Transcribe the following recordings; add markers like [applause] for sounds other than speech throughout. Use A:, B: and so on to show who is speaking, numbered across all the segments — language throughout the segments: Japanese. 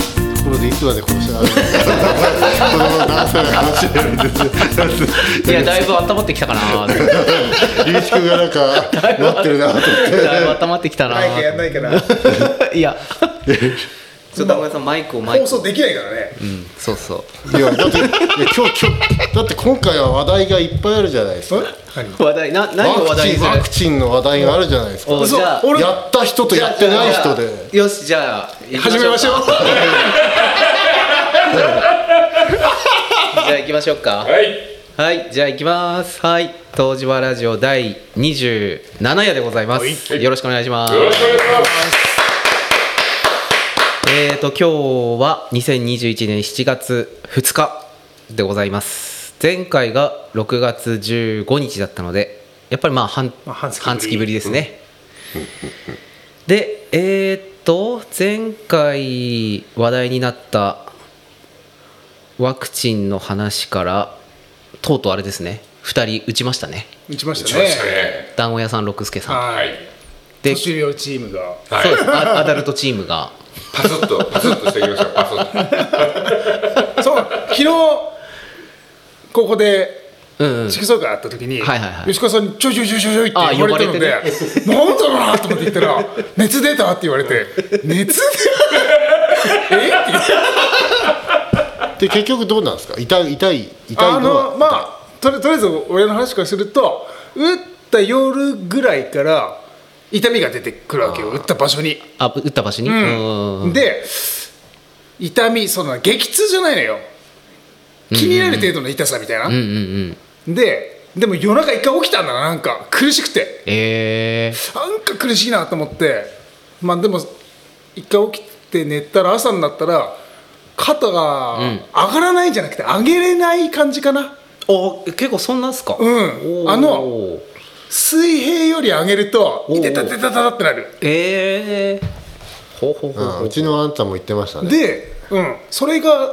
A: 夏だね、この人。あのこの夏だね、かもしれないです。
B: いやだいぶ温まってきたかなー
A: ゆういちくんがなんか、待ってるなと思って。
B: だいぶ温まってきたな
C: マイクやん
B: ー
C: ないからち
B: いや [laughs] ちょっと田村さんマイクをマイ
C: 放
B: ク
C: 送できないからね
B: うんそうそう
A: いや、だって、いや今日、今日、だって今回は話題がいっぱいあるじゃないですか。
B: 話題な何を
A: ワ
B: 話
A: クチン、
B: 題にする
A: ワクチンの話題があるじゃないですか。
B: お
C: 嘘
B: じゃあ
C: 俺
A: やった人とやってない人で。
B: よしじゃあ行き
A: 始めましょう
B: か。 [laughs] じゃあ行きましょうか
D: はい
B: はいじゃあ行きますはい東芝ラジオ第27夜でございます、よろしくお願いします
D: よろしくお願いします
B: えーと今日は2021年7月2日でございます前回が6月15日だったのでやっぱりまあ半,、
C: まあ半月ぶり
B: ぶりですね、でえーと前回話題になったワクチンの話からとうとうあれですね2人打ちましたね
C: 打ちま
D: 打
C: し
D: ち
C: た
D: ま
C: ね
D: したね
B: 団子屋さん六助さん
C: は
D: はいい
B: で
C: 年上チームが
B: そう
D: は
B: ですあアダルトチームが
D: いパスッとパスッとしていきましょうパス
B: [laughs]
D: ッと
C: そう昨日ここで
B: うんうん、
C: チクソがあった時に、
B: はいはいはい
C: 吉川さんに「ちょいちょいちょいちょいちょい」って
B: あ
C: 言われたの
B: 呼
C: で
B: ばれ
C: 「なんだろうな」と思って言ったら
B: [laughs]
C: 「熱出た?」って言われて「熱出
B: [laughs]
C: た?え」って言って
A: で、結局どうなんですか。痛い、痛い、痛
C: あ
A: いのは
C: の。まあとりとりあえず俺の話からすると打った夜ぐらいから痛みが出てくるわけよ打った場所に、
B: あ打った場所に、うん
C: うん、で痛みその激痛じゃないのよ気になる程度の痛さみたいな、
B: うんうんうん
C: ででも夜中一回起きたんだななんか苦しくて
B: えー、
C: なんか苦しいなと思ってまあでも一回起きて寝たら朝になったら肩が
B: ん
C: 上がらないんじゃなくて上げれない感じかな
B: お結構そんなっすか
C: うん
B: おー
C: あの水平より上げると
B: おー
C: いてたてたたたってなる
B: ええー、ほうほうほう
A: う
B: ほ
A: んうちのあんたも言ってましたね。
C: で、うん、それが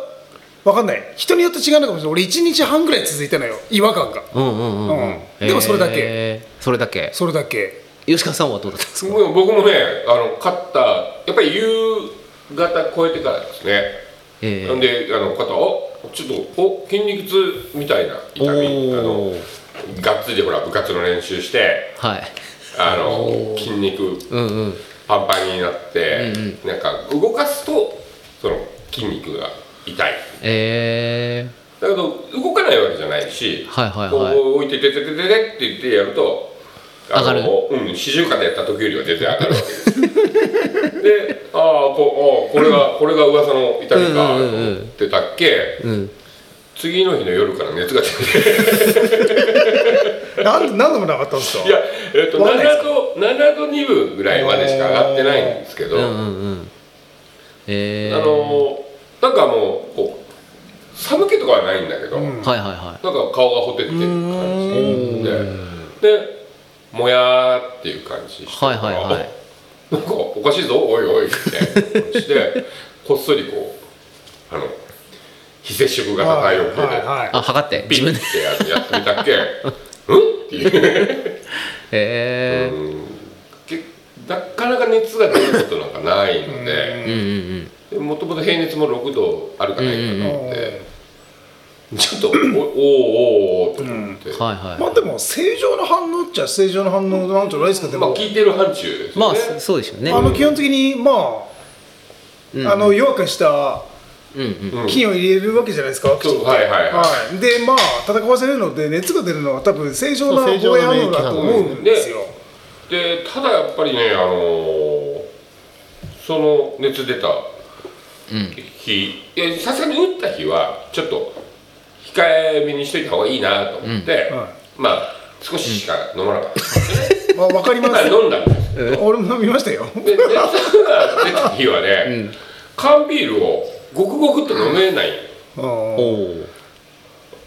C: 分かんない人によって違うのかもしれない俺1日半ぐらい続いたのよ違和感が
B: うんうんうんうん、
C: うんでもそれだけ
B: えーそれだけ
C: それだけ
B: 吉川さんはどうだったんです
D: す
B: か
D: ごい僕もねあの勝ったやっぱり夕方超えてからですね
B: え
D: なん
B: ー、
D: であの肩あちょっとお筋肉痛みたいな痛みあの
B: おー
D: がっつりほら部活の練習して
B: はい
D: あの筋肉
B: うんうん
D: パンパンになって、なんか動かすとその筋肉が痛い
B: え
D: だけど動かないわけじゃないし、
B: はいはいはい
D: こう置いててててててって言ってやるとあの
B: 上がる
D: うん、四十肩やった時よりは全然上がるわけ
B: [laughs]
D: ですでああこあーこれがこれが噂の痛み
B: うんう
D: かと
B: んうんうん
D: 思ってたっけ、
B: ー、うん
D: 次の日の夜から熱が出て
C: 何度何度もなかったんですか
D: いや、 [laughs] えっと
C: わかんないです
D: 7度7度2分ぐらいまでしか上がってないんですけど、
B: うんうんうんえー、
D: あのなんかもうこう寒気とかはないんだけど、なんか
B: はいはいは
D: 顔がほてってる感じででもやーっていう感じして
B: はいはいはい
D: あなんかおかしいぞおいおいって
B: [laughs]
D: してこっそりこうあの非接触型体温計で
C: はい
B: あ測って
D: ピ
B: 自分
D: ッ
B: で
D: てややってみたっけうんっていう
B: えー
D: けなかなか熱が出ることなんかないので
B: うんうんうん
D: でもともと平熱も6度あるかないかなので。ちょっとおおーおーおーと思って、
B: はいはい
C: まあでも正常な反応っちゃ正常な反応なんじゃないですかで
D: まあ
C: も、
D: 聞いてる範疇です
B: ま
D: よ
B: あ
D: ね、
B: そそうでしょうね
C: あ、の基本的にまあ、
B: うん、
C: あの弱くした
B: うんうん
D: うん
C: 菌を入れるわけじゃないですか、ワクチンって
D: そうはいはいはい
C: いでまあ戦わせるので熱が出るのは多分正常な
A: そう正常
C: 防衛
A: な
C: 反
A: 免
C: 応
A: 疫
C: だと思うんですよ
D: でただやっぱりねあのーその熱出た
B: うん
D: 日いやさすがに打った日はちょっと控えめにしといた方がいいなと思って、
C: うんはい
D: まあ少ししか飲まなかった、
C: まあわかりま
D: だから
C: す
D: 飲んだんですよ
C: 俺も飲みましたよ [laughs]
D: で熱が出た日はね、缶ビールをごくごくっと飲めない、
C: うん
B: おお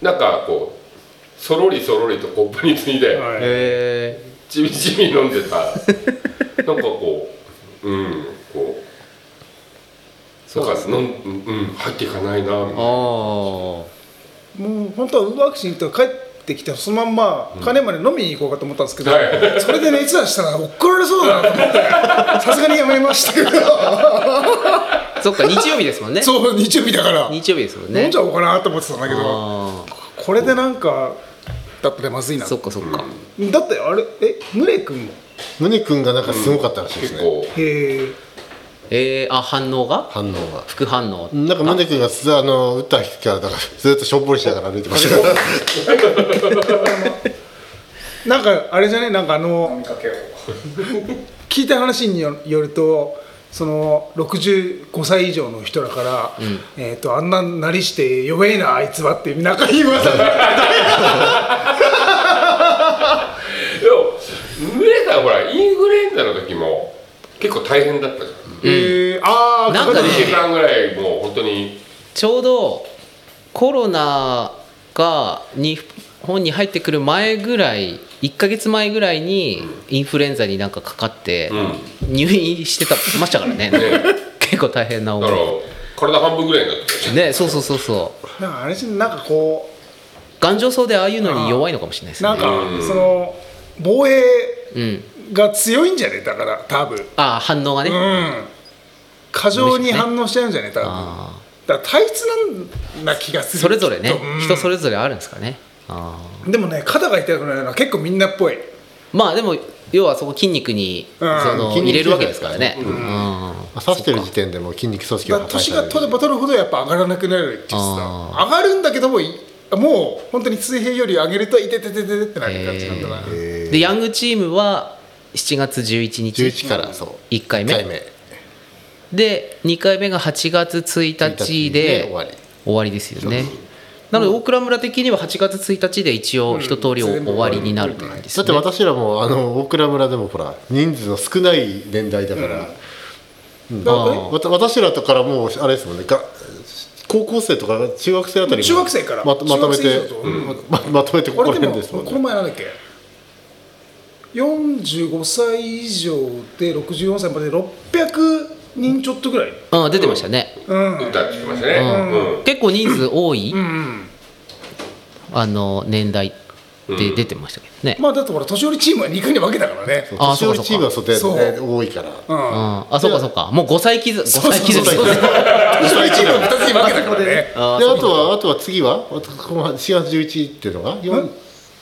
D: なんかこうそろりそろりとコップについで、
C: はい
B: え
D: ちびちび飲んで
B: [laughs]
D: たなんかこううんこう
B: そ
D: な
B: うん
D: か飲んうんうん入っていかない
B: ー、
D: なみたいな
B: ああ
C: もう本当はワクチンと帰ってきてそのまんま金まで飲みに行こうかと思ったんですけど、
D: はい
C: それで熱出したら怒られそうだなと思ってさすがにやめましたけど
B: そっか日曜日ですもんね
C: そう日曜日だから
B: 日曜日ですもんね
C: 飲んじゃおうかなと思ってたんだけど
B: あ
C: これでなんかだったらまずい
B: あ
C: な
B: そっかそっか、
C: だってあれえムレ君も
A: 宗君がなんかすごかったらしいです
D: 結
A: ね、
D: 構
C: へえ
B: えー、あ反応が
A: 反応が
B: 副反応
A: なんか宗君がすあの歌弾くからだからずっとしょんぼりしながら歩いて
B: [laughs]
A: ましたから
C: なんかあれじゃねなんかあの聞いた話によよるとその65歳以上の人だから、えー、とあんななりして弱えなあいつはって仲いい噂が
D: でも群れたほらインフルエンザの時も結構大変だったじゃん
C: えー、ああ
B: なんかね
D: 2時間ぐらいもう本当に
B: ちょうどコロナが日本に入ってくる前ぐらい1ヶ月前ぐらいにインフルエンザになんかかかって
D: う
B: 入院してたましたからね [laughs] 結構大変な
D: だか
B: 思
D: ら
B: い
D: 体半分ぐらいになってたじゃん
B: ねそうそうそうそう
C: なんかあれじゃなんかこ
B: 頑丈そうでああいうのに弱いのかもしれないで
C: う
B: す
C: なん
B: ね
C: か
D: うん
C: その防衛
B: うん
C: が強いんじゃねだから多分
B: ああ反応がね、
C: うん過剰に反応しちゃうんじゃね多分
B: あ
C: だから体質なんな気が
B: ー
C: する
B: それぞれね
C: きっとうん
B: 人それぞれあるんですかねあー
C: でもね肩が痛くなるのは結構みんなっぽい
B: まあでも要はそこ筋肉にそ
C: うん
B: の
A: 筋肉
B: 入れるわけですからね、
A: う
B: うん
A: 刺してる時点でもう筋肉組織
C: だ
A: が
C: か
A: 破
C: ら
A: 壊
C: 年
A: さ
C: が
A: れ
C: 取れ
A: る
C: ば取るほどやっぱ上がらなくなるって言って
B: あ
C: た上がるんだけどもいもう本当に水平より上げるといてててててってなる感じなんだな、
B: でヤングチームは7月11日
A: 11からそう
B: 1回目
A: 1回目
B: で2回目が8月1日
A: 1日で
B: で
A: 終わり
B: 終わりですよねなので大倉村的には8月1日で一応一通り
C: 全部
B: 終わりになるんで
A: だ
B: す
A: って
B: ね
A: 私らもあの大倉村でもほら人数の少ない年代だから、
C: だからね
B: あ
A: わた私らとからもうあれですもんねが高校生とか中学生あたりも
C: 中学生から
A: まとまとめ
C: 中
A: て
C: 学生以上と
A: うんままとめてここら
C: 俺で
A: 辺
C: も
A: ですもん
C: こ
A: ね
C: の前なんだっけ45歳以上で64歳まで600人ちょっとぐらい
B: あ出てましたね、
C: うん
D: 歌ってきましたねうん
B: 結構人数多い、
C: うん
B: あの年代で出てましたけどね、
C: まあだってほら年寄りチームは2回に分けたからね
B: あ
A: 年寄りチームはそうで
C: そう
A: ね多いから
C: うん
B: うんあそうかそうかもう5歳刻5
C: そう
B: 歳刻
C: そうそう
B: ですね
C: 年寄りチームは2つに分けたからね
B: あ
A: であとはあとは次はあとこの4月11っていうのが4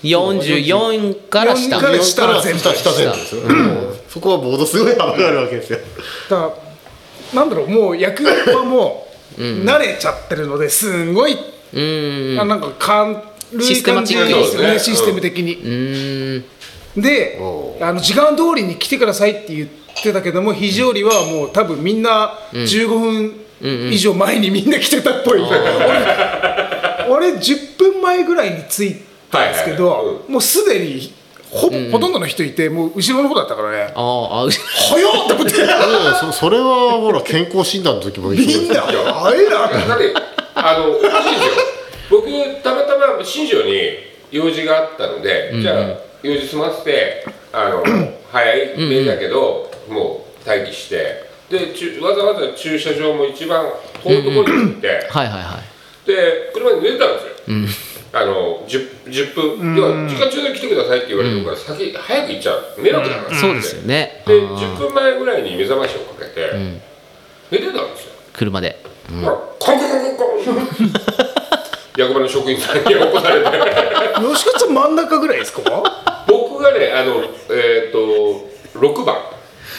B: 44から下
C: 44から下
A: から
C: 全部
A: 下下全部ですよもうそこはものすごい幅があるわけ [laughs] ですよ
C: だからなんだろうもう役場も慣れちゃってるのですんごい、
B: うん
C: あなんか軽
B: シ
C: い
B: ステマ
C: 感
B: チ
C: じ
B: ック
C: で
B: に
C: すよね
D: うん
C: システム的に、
B: うーん
C: で
A: お
C: あの時間通りに来てくださいって言ってたけども肘折りはもう多分みんな15分以上前にみんな来てたっぽい、俺俺10分前ぐらいに着いたんですけど、
D: はいはいはい
C: もうすでにほ,、ほとんどの人いてもう後ろの方だったからね
B: ああ
C: 早っと思って
A: いやいやそそれはほら健康診断の時も一緒
C: みんな早いな
D: だってあのおかしいですよ僕たまたま新庄に用事があったので、じゃあ用事済ませてあの早い目だけど、もう待機してでちゅわざわざ駐車場も一番遠いところに行って、
B: [laughs] はいはいはい
D: で車に寝てたんですよ、あの 10, 10分、要は時間中で来てくださいって言われるから、先早く行っちゃう迷惑だから、
B: そうですよね
D: で
B: あー
D: 10分前ぐらいに目覚ましをかけて、寝てたんですよ
B: 車で
D: ほらコンコンコンコンコン役場の職員さんに起こされて
C: 吉勝さん真ん中ぐらいですか
D: 僕がねあのえっ、と6番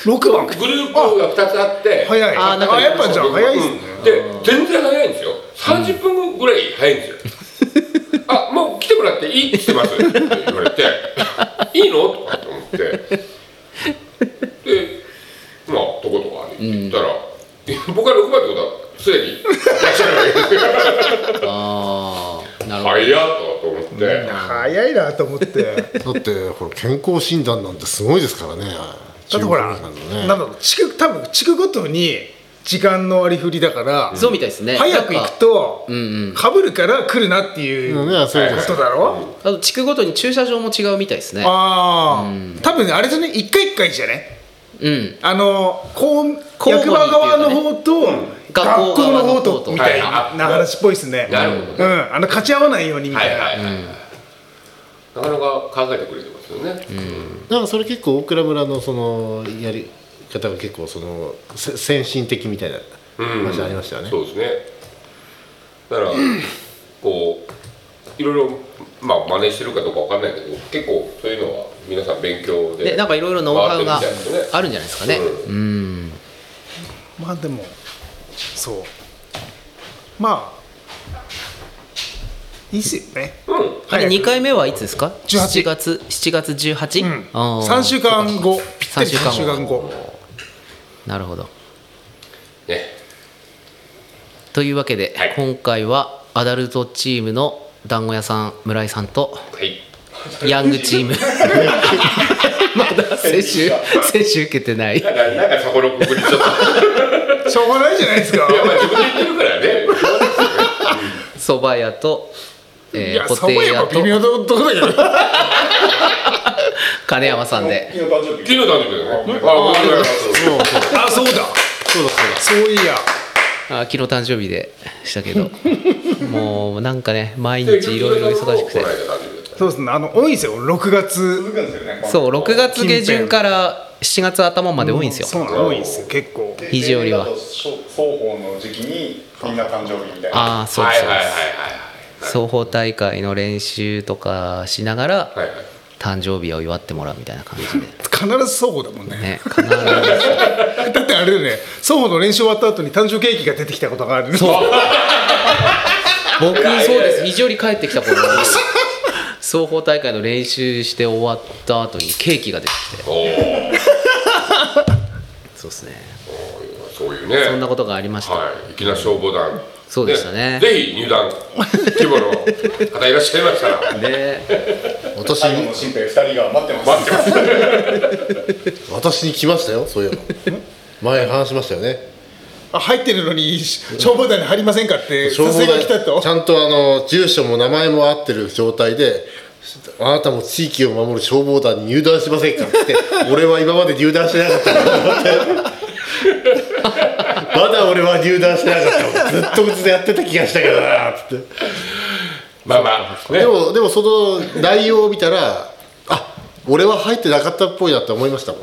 C: 6番
D: グループが2つあって
C: 早い
B: あーなんか
C: あやっぱじゃあ早いですね、
D: うんで全然早いんですよ30分ぐらい早いんですよ、あもう来てもらっていいって言ってますって言われていいのとかって思ってでまあとことか行ったら、僕は6番ってことはすでにいらっしゃるわけですよ
B: ああなるほど
D: 早っとと思って、
C: 早いなと思って
A: だってほら健康診断なんてすごいですからね
C: だってほら、
A: 中
C: な
A: 国
C: ん
A: 人ね
C: だろう地区多分地区ごとに時間の割り振りだから、
B: そうみたいですね
C: 早く行くと
B: んう
C: かぶるから来るなっていううん
A: ねそうです
C: ことだろ、
B: あと地区ごとに駐車場も違うみたいですね
C: ああ、多分ねあれじゃね一回一回じゃね
B: うん
C: あのこう
B: 交互
C: 役
B: に
C: 場側の
B: っていう
C: 方と、
B: 学
C: 学
B: 校
C: 校
B: 側
C: の
B: の方
C: 方
B: と
C: とみたい
D: は
C: ないな話っぽいですね、
D: なるほど
C: うん、あの勝ち合わないようにみ
D: は
C: たいな、
D: いはいはい、なかなか考えてくれてますよね、
A: だからそれ結構大倉村のそのやり方が結構そのせ先進的みたいな話ありましたよね、
D: そうですねだからこういろいろまあ真似してるかどうかわかんないけど結構そういうのは皆さん勉強で
B: でなんかいろいろノウハウがあるんじゃないですかね
D: う
B: うん
C: まあでもそうまあいいっすよね
D: うん
B: あれ
C: 早く
B: 2回目はいつですか
C: 18
B: 7月7月 18?
C: うん、
B: あー
C: 3週間後ぴったり
B: 3
C: 3
B: 週
C: 週
B: 間
C: 間
B: 後
C: 後
B: なるほど
D: ね
B: というわけで、
D: はい
B: 今回はアダルトチームの団子屋さん村井さんと
D: はい
B: ヤングチームまだ接種接種受けてない
D: なんかなんかサコロックぶ
B: [laughs]
D: りちょっと
C: しょうがないじゃないですか
D: いやまあ自分で言ってるからね
B: 蕎麦屋と、
C: い
B: え
C: や
B: ー、
C: そ
B: 固
C: ば
B: 定
C: や
B: 屋
C: っぱ微
B: と
C: 妙なとこだけど
B: [laughs] 金山さんで
E: 昨日誕生
D: 昨
E: 日
D: 日誕生日だよねああありがとうございます
C: あそうだ
A: そうだそうだ
C: そういや
B: あ昨日誕生日でしたけどもうなんかね毎日いろいろ忙しくて
D: この間誕生日だった
C: そうですねあの多いんですよ6月
E: 続くんですよね
B: そう6月下旬から7月頭まで多いんですよ
C: そうなの多いんですよ結構
E: で
B: 肘折りは
E: 例年だと双方の時期にみんな誕生日みたいな
B: ああそう
D: はい
B: そう
D: はいはい
B: 双方大会の練習とかしながら
D: はいはいはい
B: 誕生日を祝ってもらうみたいな感じで
C: 必ず双方だもんね [laughs]
B: ね [laughs] 必ず
C: だってあれだよね双方の練習終わった後に誕生ケーキが出てきたことがある
B: そう僕そうです非常に帰ってきた
E: [laughs]
B: 頃に双方大会の練習して終わった後にケーキが出てきて
D: おー
B: そうですね
D: そういうね
B: そんなことがありました
D: はい、粋な消防団。
B: そうでしたね
D: ぜひ入団希望の方いらっしゃいました
B: [laughs]
D: ら。待
B: で
A: 私
E: 最後
A: に
E: の新兵二人が待ってます
D: ってます。
A: 私に来ましたよそういえば
C: [laughs]
A: 前話しましたよね
C: [laughs] あ入ってるのに消防団に入りませんかって
A: 消
C: 撮
A: 防
C: 影
A: 団
C: が来たと
A: ちゃんとあの住所も名前も合ってる状態であなたも地域を守る消防団に入団しませんかって [laughs] 俺は今まで入団してなかったと思って [laughs] まだ俺は入団してなかったずっとうちでやってた気がしたけどなっ
C: [laughs]
A: つって
D: まあまあ、ね
A: で、もでもその内容を見たらあ俺は入ってなかったっぽいなって思いましたもん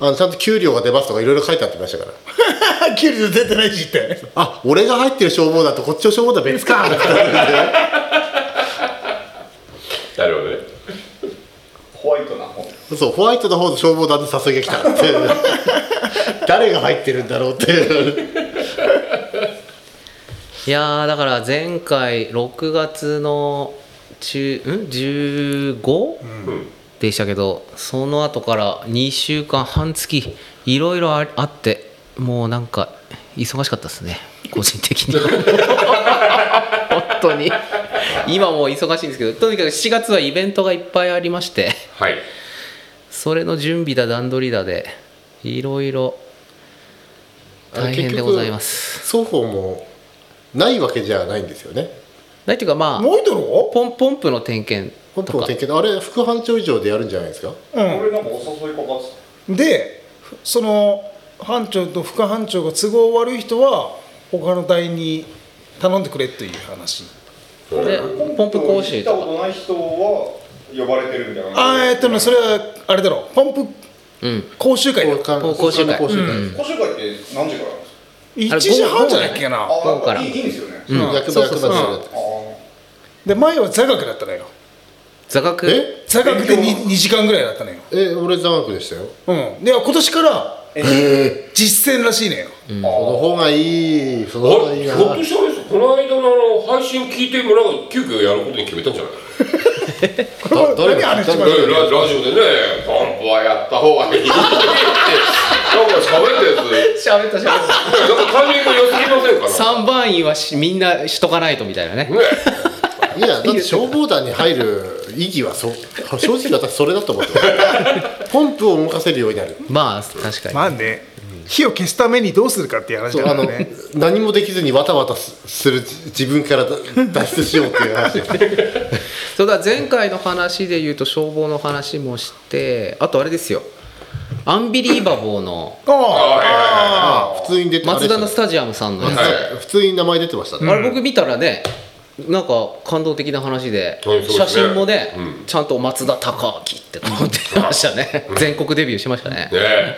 A: あのちゃんと給料が出ますとかいろいろ書いてあってましたから
B: [laughs]
C: [laughs] 給料出てないしって
A: あ俺が入ってる消防団とこっちの消防団別かって
D: なるほどね。
E: ホワイトな本
A: そうホワイトの方の消防団で誘いが来たって
B: [laughs]
A: 誰が入ってるんだろうっていう
B: いやーだから前回6月の中ん 15?、でしたけどその後から2週間半月いろいろああってもうなんか忙しかったですね個人的
A: [laughs]
B: に本当に今もう忙しいんですけどとにかく7月はイベントがいっぱいありまして
D: はい。
B: それの準備だ段取りだでいろいろ大変でございます
A: 結局双方もないわけじゃないんですよね
B: ないっていうかまあ
C: もういとろ
B: ポンポンプの点検
A: 本
B: と
A: 当の
B: か
A: 点検あれ副班長以上でやるんじゃないですか
C: うん
E: 俺なんかお誘いかかって
C: でその班長と副班長が都合悪い人は他の隊に頼んでくれという話
B: で
E: た
B: ポンプ講習
E: 来たこととない人は呼ばれてるみたい
C: あ
E: な
C: ーえっとねそれはあれだろポンプ
B: かうん
C: 講習会だ
A: 講
B: 講習会
A: 講習会、
E: 講習会って何時からなんですか
C: 1時半じゃないっけな
E: あなん
B: から
E: いいいいんですよね
A: うん役場役場でやるって
E: あー
C: で前は座学だったのよ
B: 座学
A: え
C: 座学で 2,
E: 勉強
C: 時間ぐらいだったのよ
A: え俺座学でしたよ
C: うんで今年から
A: ええ
C: 実践らしいのよ、
A: その方がいいその方
D: あ
A: がいい
D: れ、ひ
A: な
D: ょっとしたらですよこの間のあの配信聞いて村が急遽やることに決めたんじゃない
C: これは
A: 誰
C: 何あ
A: 誰
C: れ一番
D: ラララジオでね、ポンプはやった方がいいって、なんか喋ったやつ、
B: 喋った喋っ
D: なんかタイミング良すぎませんか
B: た3番員はしみんなしとかないとみたいなね
D: ね。
A: いやだって消防団に入る意義はそう正直私それだと思って
B: [laughs]
A: ますポンプを動かせるようになる
B: まあ確かに、
C: まあね火を消すためにどうするかっていう話
A: そう
C: だ
A: あ
C: か
A: の
C: らね
A: 何もできずにわたわたすする自分からだ脱出しようっていう話
B: [laughs]
A: です
B: そうだ前回の話で言うと消防の話もしてあとあれですよアンビリーバボーの
C: あ
D: はいはい
C: あああ
A: 普通に出て
B: 松田のス
A: あ
B: タジアムさんのや
A: れ
B: つ、
A: ですよ普通に名前出てましたね、
B: あれ僕見たらねなんか感動的な話で
D: そうですね
B: 写真もね、
D: う
B: ちゃんと松田孝明って載ってましたね、全国デビューしましたね
D: ね、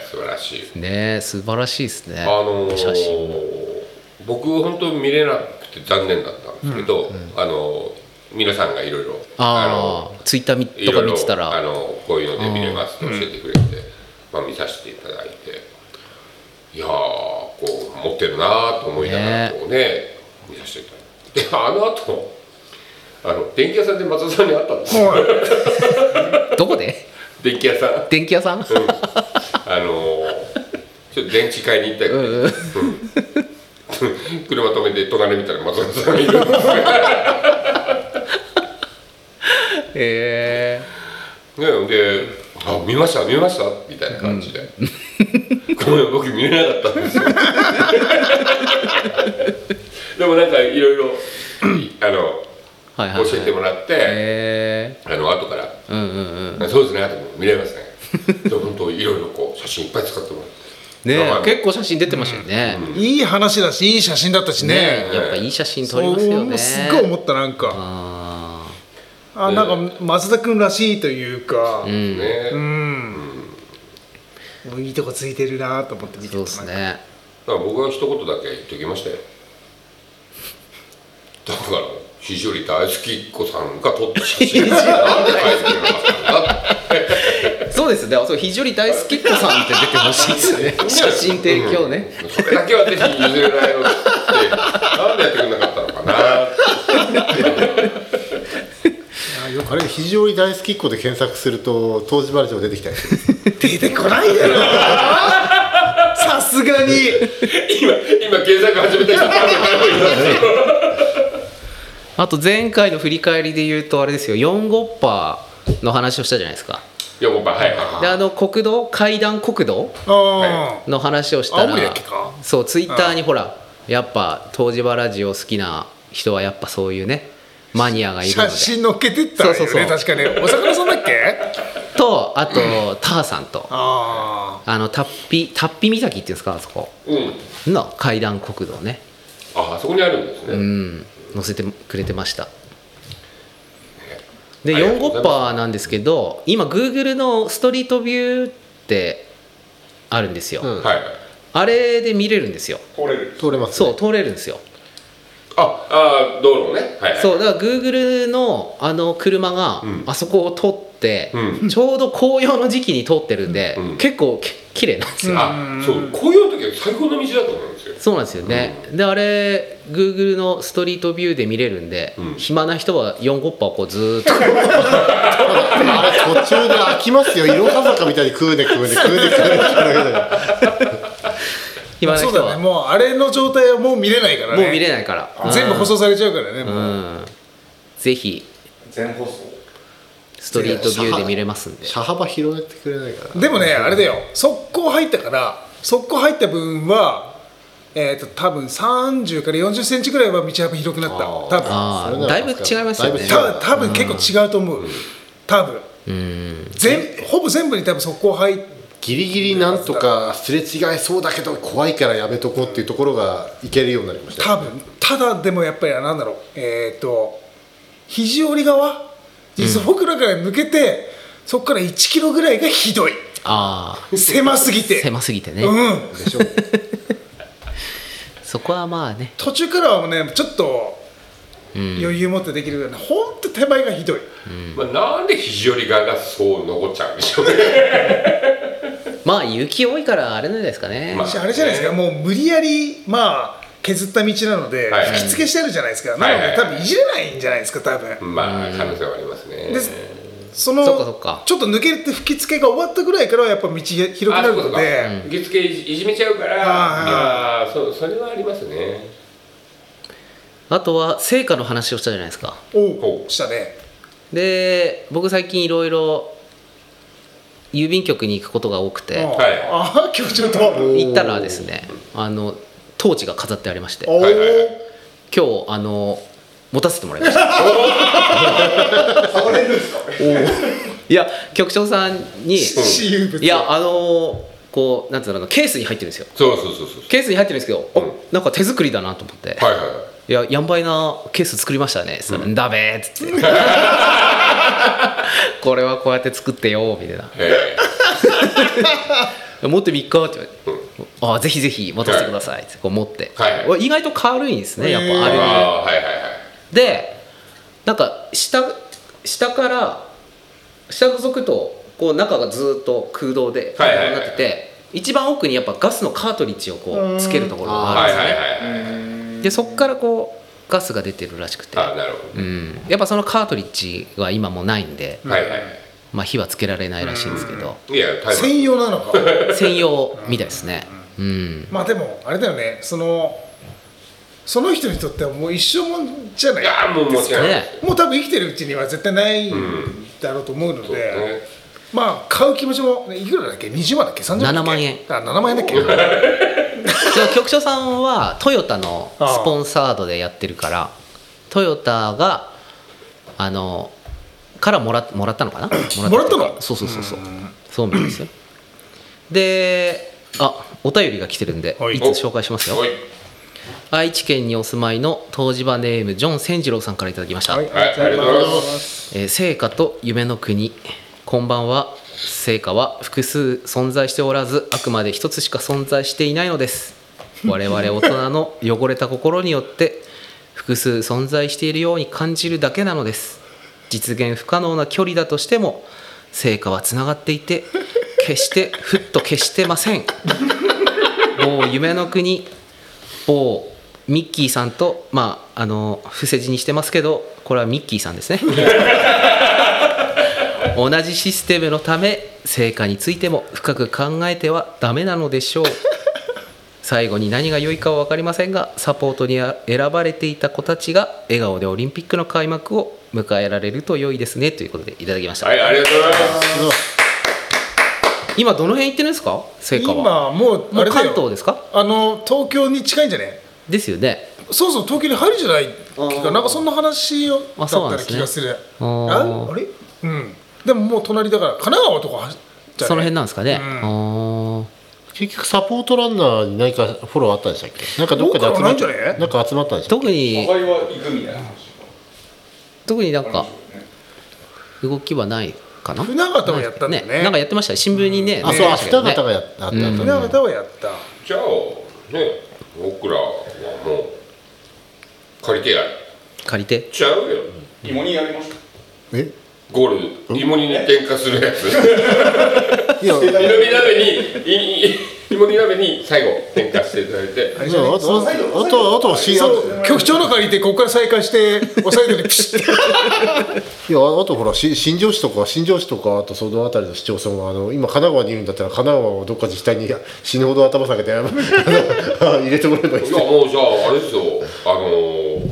D: 素晴らしい。
B: ねえ素晴らしいですね、
D: あのー
B: 写真
D: 僕本当見れなくて残念だったんですけど、あの皆さんがいろいろ
B: ああツイッター
D: い
B: と
D: ろ
B: か
D: いろ
B: 見てた
D: あ
B: ら
D: のこういうので見れますって教えてくれて、まあ、見させていただいていやーこう持ってるなーと思いながら
B: ね
D: こうね見させていただいてであの後あの電気屋さんで松田さんに会ったんですよ
C: はい
B: どこで
D: [laughs]
B: [laughs]
D: 電気屋さん、うん、
B: 電気屋さん
D: あのーちょっと電池買いに行ったり、
B: うんうん
D: [laughs] 車止めて隣見たら松田さんがいる
B: え
D: ねで「あ見ました見ました」みたいな感じで「ごめん僕見れなかったんです
B: [laughs]
D: よ」でもなんかいろいろあの
B: ー、はいはい、はい、
D: 教えてもらって、
B: え
D: あの後から
B: ー、うんうんうん
D: 「そうですね」あと見れますねそう本当いろいろこう写真いっぱい使ってもらって
B: ね
D: だか
B: え
D: ら
B: 結構写真出てましたよね、
C: いい話だしいい写真だったしね
B: ねえやっぱいい写真撮りますよね
C: そうすっごい思ったなんか
B: あ
C: あなんか松田君らしいというか
B: ーうん
D: ね、
C: もういいとこついてるなと思って見てた
B: そうですね
D: だから僕は一言だけ言ってきましたよだから非常に大好きっ子さんが撮った写真なんで大好きなのか
B: そうですねそう非常に大好きっ子さんって出てほしい
D: [laughs]
B: ですね写真提供ね、
D: うんそれだけはぜひ譲れないのってなんでやってくれなかったのかな
A: あれ非常に大好きっ子で検索すると東芝話も出てきたりする
C: 出てこない
B: [laughs]
C: だろさすがに
D: 今今検索始めた人多分
B: あと前回の振り返りで言うとあれですよ4ゴッパーの話をしたじゃないですか
D: いやもうばはいは
B: であの国道階段国道
C: あ
B: の話をしたら
C: 青森だっけか
B: そうツイッターにほらやっぱ東芝ラジオ好きな人はやっぱそういうねマニアが
C: あ
B: いるの
C: 写
B: で
C: 真載っけてったよね
B: そうそうそう
C: 確かにお魚さんだっけ
B: とあとターさんと
C: あ
B: あのタッピタッピ岬っていうんですかあそこ
D: いうん
B: の階段国道ね
D: ああそこにあるんですね、
B: うん載せてくれてましたで
D: ありがとうござい
B: 4
D: ます
B: パーなんですけど今 Google のストリートビューってあるんですよ、
A: うん
D: はいはい
B: あれで見れるんですよ
E: 通れる
A: 通れます、ね、
B: そう通れるんですよ
D: ああー道路ねはいはい
B: そうだから Google のあの車が
D: うん
B: あそこを通って、
D: う
B: ちょうど紅葉の時期に通ってるんで、
D: うん
B: 結構き綺麗なんですよ、
D: あそうこういう時は最高の道だと思うんですよ
B: そうなんですよね、であれ Google のストリートビューで見れるんで、
D: うん
B: 暇な人は4ゴッパーをこうずーっと [laughs]
A: あれ途中で飽きますよいろは坂みたいに食うね食うね食うね食うね食うね
B: 暇
C: あ
B: な
C: そう
B: 人
C: だ
B: は
C: ねもうあれの状態はもう見れないからね
B: もう見れないから、
C: 全部放送されちゃうからね
B: う
C: もうん
B: ぜひ
E: 全放送 [laughs]
B: ストリートビューで見れますんで
A: 車幅広げてくれないから
C: でもねあれだよ速攻入ったから速攻入った分はえっ、と多分30から40センチぐらいは道幅広くなった多分
B: あ
A: それ
B: あ
A: なら
B: だいぶ違います
A: だい
B: よね
A: ぶ違
C: 多分多分結構違うと思う多分全ほぼ全部に多分速攻入っ
A: ギリギリなんとかすれ違いそうだけど怖いからやめとこうっていうところがいけるようになりました
C: 多分ただでもやっぱりなんだろうえっ、と肘折側実は僕らから抜けて、そこから1キロぐらいがひどい
B: あ
C: 狭すぎ
B: あ
C: て
B: 狭すぎてね、
C: うん
A: でしょ
B: そこはまあね
C: 途中からはねちょっと
B: うん
C: 余裕持ってできるぐらいのほんと手前がひどい
D: まあ、なんで肘折側がそう残っちゃうんでしょうね
B: まあ雪多いからあれなんじゃないですかね、
D: ま
C: 私あれじゃないですかもう無理やりまあ削った道なので
D: はいはい
C: 吹き付けしてあるじゃないですかな
D: はい
C: の
D: はい
C: で多分いじれないんじゃないですか多分
D: まあ可能性はありますね
C: でその
B: そっかそっか
C: ちょっと抜けて吹き付けが終わったぐらいからはやっぱ道が広くなるの
D: あそうかそう
C: で
D: か受付いじいじめちゃうから
C: あ
D: ああそうそれはありますね
B: あとは成果の話をしたじゃないですか
C: おうしたね
B: で僕最近いろいろ郵便局に行くことが多く
C: うん
B: て
D: はい
C: ああ今日ちょっとお
B: 行ったらですねあのトーチが飾ってありまして
C: お
D: はいはいは
B: 今日あの持たせてもらいました
E: 触れるんですか [laughs]
B: いや局長さん
C: [laughs]
B: に
C: 私有物
B: いやあのーこうなんつうのかなケースに入ってるんですよ
D: そうそうそうそう
B: ケースに入ってるんですけど、
D: うん
B: あなんか手作りだなと思って、
D: はいはいはい
B: い、ややんばいなケース作りましたねそしたらだべーっつってこれはこうやって作ってよみたいな
D: え
B: 持って3日って言われて「あぜひぜひ持たせてください」ってこう持って、
D: はい
B: お意外と軽いんですねやっぱあれ
D: あ
B: に
D: あはいはいはい
B: でなんか下下から下のぞくとこう中がずっと空洞で
D: はいはいはい
B: なってて一番奥にやっぱガスのカートリッジをこうつけるところがあ
D: は
B: るんです
D: いはい
B: ね
D: はいはい
B: でそっからこうガスが出てるらしくて、
D: あなるほど
B: うん、やっぱそのカートリッジは今もうないんで、
D: はいはいは
B: まあ、火はつけられないらしいんですけど
D: いいやタイマー
C: 専用なのか [laughs]
B: 専用みたいですねうん
C: まあでもあれだよねそのその人にとってはもう一生もんじゃない
D: いやもうもちろん
B: ね
C: もう多分生きてるうちには絶対ないだろうと思うので、
D: そうですね
C: まあ買う気持ちもねいくらだっけ20万だっけ30万だっけ
B: 7万円
C: あ7万円だっけは
B: そう局長さんはトヨタのスポンサードでやってるからトヨタがあのからもらもらったのか
C: [coughs]
B: なもらった
C: もらったの
B: っていうかそうそうそうそうそうみたいですよであお便りが来てるんで、
C: はい
B: い、つ紹介しますよ
D: はい
B: 愛知県にお住まいの東芝ネームジョン千次郎さんからいただきました、
C: い
D: はいありがとうございます
B: えー、聖火と夢の国こんばんは聖火は複数存在しておらずあくまで一つしか存在していないのです我々大人の汚れた心によって複数存在しているように感じるだけなのです実現不可能な距離だとしても聖火はつながっていて決してふっと消してません某夢の国某ミッキーさんとまああの伏せ字にしてますけどこれはミッキーさん
C: [laughs]
B: ですね同じシステムのため成果についても深く考えてはダメなのでしょう最後に何が良いかは分かりませんがサポートに選ばれていた子たちが笑顔でオリンピックの開幕を迎えられると良いですねということでいただきました、
D: はいありがとうございます
B: 今どの辺行ってるんですか成果は
C: 今もう
B: も
C: あ
B: う
C: れだ
B: 関
C: よ
B: 東ですか
C: あの東京に近いんじゃね
B: ですよね
C: そうそう東京に入るじゃないかなんかそんな話をだ
B: あ
C: っ
B: そうな
C: た
B: ん
C: ら
B: です
C: 気
B: ね
C: がする
B: あ
C: あ
B: ー
C: あれうんでももう隣だから神奈川とか走っちゃう
B: その辺なんですかね、
C: うん
B: あー
A: 結局サポートランナーに何かフォローあったんでしたっけなんかどっかで集まっ
C: どっかのないんじゃね
A: なんか集まったんでしたっ
B: 特に
E: 場合は行くみたいな話
B: 特になん
E: あ
B: か動きはないかな
C: 船形はやったんだよね
B: なんかやってましたね新聞にね、
A: けあそう明日方がやったあったあっ
B: うん
A: た
C: 船形はやった
D: じゃあね僕らはもう借りてやっ
B: 借りて
D: ちゃうよ
E: 芋にやりました
A: え
D: ゴール芋煮に添加するやつ
A: いや
D: 芋煮鍋にいい芋煮鍋に最後添加していただいて
A: あとあとあとあとしあと
C: そう局長の借りてここから再開して抑えてるピシッて
A: いやあとほらし新庄市とか新庄市とかあとその辺りの市町村はあの今神奈川にいるんだったら神奈川をどっか自治体に死ぬほど頭下げてあの入れてもらえばいいで
D: い
A: す
D: やもうじゃああれですよあのー、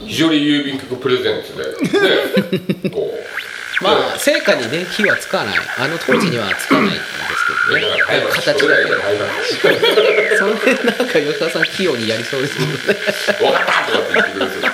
D: 非常に郵便局プレゼンツでねこう
B: [laughs] まあ成果にね火はつかないあの当時にはつかないんですけどね形 [laughs] がね
D: 分
B: その辺なんか吉田さん器用にやりそうですけどね
D: かったとかって言ってくれるんですよ